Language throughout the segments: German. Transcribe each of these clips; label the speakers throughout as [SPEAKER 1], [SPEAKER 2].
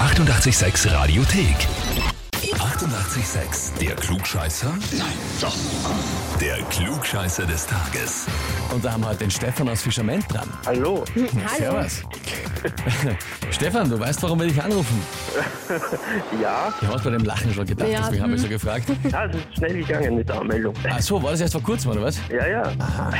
[SPEAKER 1] 886 Radiothek. 88,6. Der Klugscheißer? Nein, doch. Der Klugscheißer des Tages.
[SPEAKER 2] Und da haben wir heute den Stefan aus Fischerment dran.
[SPEAKER 3] Hallo,
[SPEAKER 2] Hallo. Servus. Stefan, du weißt, warum wir dich anrufen.
[SPEAKER 3] ja,
[SPEAKER 2] Ich habe bei dem Lachen schon gedacht,
[SPEAKER 4] Ja,
[SPEAKER 2] deswegen habe ich so gefragt.
[SPEAKER 3] ah, es ist schnell gegangen mit der Anmeldung.
[SPEAKER 2] Ach so, war das erst vor kurzem, oder was?
[SPEAKER 3] Ja, ja,
[SPEAKER 2] Aha.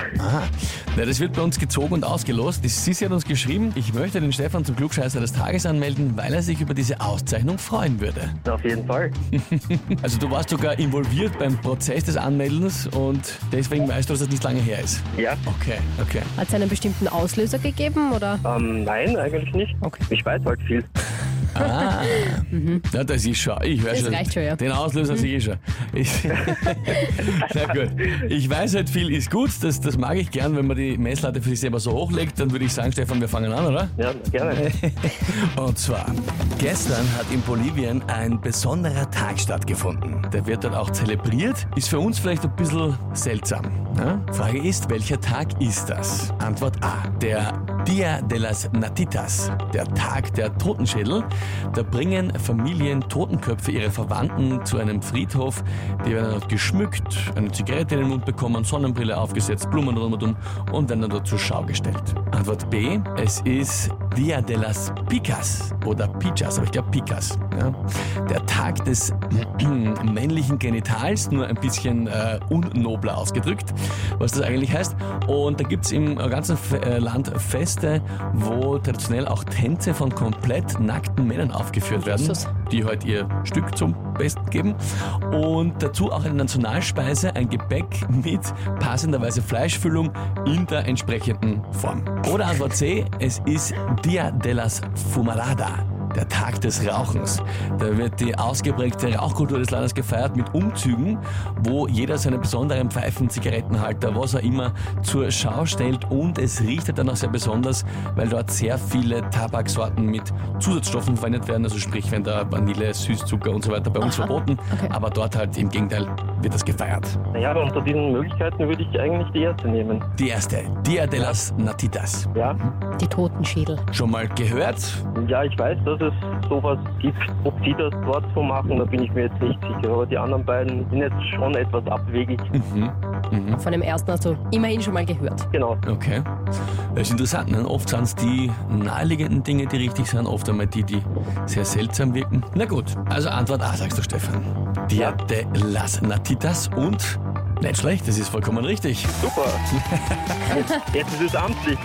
[SPEAKER 2] Na, das wird bei uns gezogen und ausgelost. Die Sissi hat uns geschrieben, ich möchte den Stefan zum Klugscheißer des Tages anmelden, weil er sich über diese Auszeichnung freuen würde.
[SPEAKER 3] auf jeden Fall.
[SPEAKER 2] Also du warst sogar involviert beim Prozess des Anmeldens und deswegen weißt du, dass das nicht lange her ist.
[SPEAKER 3] Ja,
[SPEAKER 2] Okay, okay.
[SPEAKER 4] Hat es einen bestimmten Auslöser gegeben oder?
[SPEAKER 3] ähm, nein, eigentlich nicht.
[SPEAKER 2] Okay.
[SPEAKER 3] Ich weiß halt viel.
[SPEAKER 2] Na, das ist schon. Ich weiß
[SPEAKER 4] Das reicht schon, ja. Mhm.
[SPEAKER 2] Den Auslöser sehe ich schon. Ich, na gut. Ich weiß halt viel ist gut. Das, das mag ich gern, wenn man die Messlatte für sich selber so hochlegt. Dann würde ich sagen, Stefan, wir fangen an, oder?
[SPEAKER 3] Ja, gerne.
[SPEAKER 2] Und zwar, gestern hat in Bolivien ein besonderer Tag stattgefunden. Der wird dort auch zelebriert, ist für uns vielleicht ein bisschen seltsam. Ne? Frage ist, welcher Tag ist das? Antwort A, der Dia de las Natitas, der Tag der Totenschädel. Da bringen Familien Totenköpfe ihrer Verwandten zu einem Friedhof. Die werden dort geschmückt, eine Zigarette in den Mund bekommen, Sonnenbrille aufgesetzt, Blumen drumherum und werden dann dort zur Schau gestellt. Antwort B, es ist Dia de las Picas oder Pichas, aber ich glaube Picas. Ja? Der Tag des männlichen Genitals, nur ein bisschen äh, unnobler ausgedrückt, was das eigentlich heißt. Und da gibt es im ganzen Fe- äh, Land Feste, wo traditionell auch Tänze von komplett nackten Männern aufgeführt werden,
[SPEAKER 4] Jesus.
[SPEAKER 2] die halt ihr Stück zum Besten geben. Und dazu auch eine Nationalspeise, ein Gebäck mit passenderweise Fleischfüllung in der entsprechenden Form. Oder Antwort C, es ist Dia de las Fumarada. Der Tag des Rauchens. Da wird die ausgeprägte Rauchkultur des Landes gefeiert mit Umzügen, wo jeder seine besonderen Pfeifen, Zigarettenhalter, was auch immer zur Schau stellt und es riecht halt dann auch sehr besonders, weil dort sehr viele Tabaksorten mit Zusatzstoffen verwendet werden, also sprich, wenn da Vanille, Süßzucker und so weiter bei uns
[SPEAKER 4] Aha.
[SPEAKER 2] verboten,
[SPEAKER 4] Okay.
[SPEAKER 2] aber dort halt im Gegenteil wird das gefeiert.
[SPEAKER 3] Naja, aber unter diesen Möglichkeiten würde ich eigentlich die erste nehmen.
[SPEAKER 2] Die erste, Dia de las Natitas.
[SPEAKER 3] Ja,
[SPEAKER 4] Die Totenschädel.
[SPEAKER 2] Schon mal gehört?
[SPEAKER 3] ja, ich weiß, dass es sowas gibt. Ob die das dort so machen, da bin ich mir jetzt nicht sicher. Aber die anderen beiden sind jetzt schon etwas abwegig.
[SPEAKER 2] Mhm. Mhm.
[SPEAKER 4] Von dem ersten hast du immerhin schon mal gehört.
[SPEAKER 3] Genau,
[SPEAKER 2] Okay. Das ist interessant. Ne? Oft sind es die naheliegenden Dinge, die richtig sind, oft einmal die, die sehr seltsam wirken. Na gut, also Antwort A, sagst du, Stefan. Dia
[SPEAKER 3] Ja.
[SPEAKER 2] de las Natitas und nicht schlecht, das ist vollkommen richtig.
[SPEAKER 3] super. Jetzt ist es amtlich.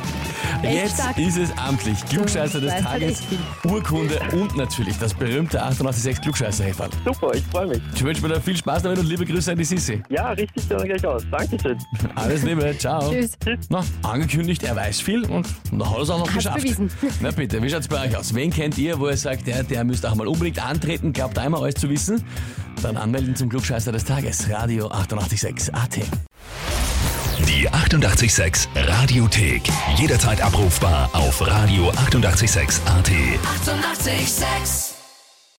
[SPEAKER 4] Echt
[SPEAKER 2] Jetzt
[SPEAKER 4] stark.
[SPEAKER 2] ist es amtlich. Klugscheißer des
[SPEAKER 4] weißt halt
[SPEAKER 2] Tages,
[SPEAKER 4] echt viel.
[SPEAKER 2] Urkunde und natürlich das berühmte 886 klugscheißer -Häferl.
[SPEAKER 3] Super, ich freue mich.
[SPEAKER 2] Ich wünsche mir da viel Spaß damit und liebe Grüße an die Sissi.
[SPEAKER 3] Ja, richtig dann gleich aus. Dankeschön.
[SPEAKER 2] Alles Liebe, ciao.
[SPEAKER 4] Tschüss.
[SPEAKER 2] Na, angekündigt, er weiß viel und da hat er es auch noch geschafft.
[SPEAKER 4] bewiesen.
[SPEAKER 2] Na bitte, wie schaut's bei euch aus? Wen kennt ihr, wo ihr sagt, der, der müsste auch mal unbedingt antreten, glaubt einmal alles zu wissen? Dann anmelden zum Klugscheißer des Tages, Radio 886 AT.
[SPEAKER 1] Die 88,6 Radiothek. Jederzeit abrufbar auf radio886.at. 88,6.
[SPEAKER 5] Eighty-eight, sex.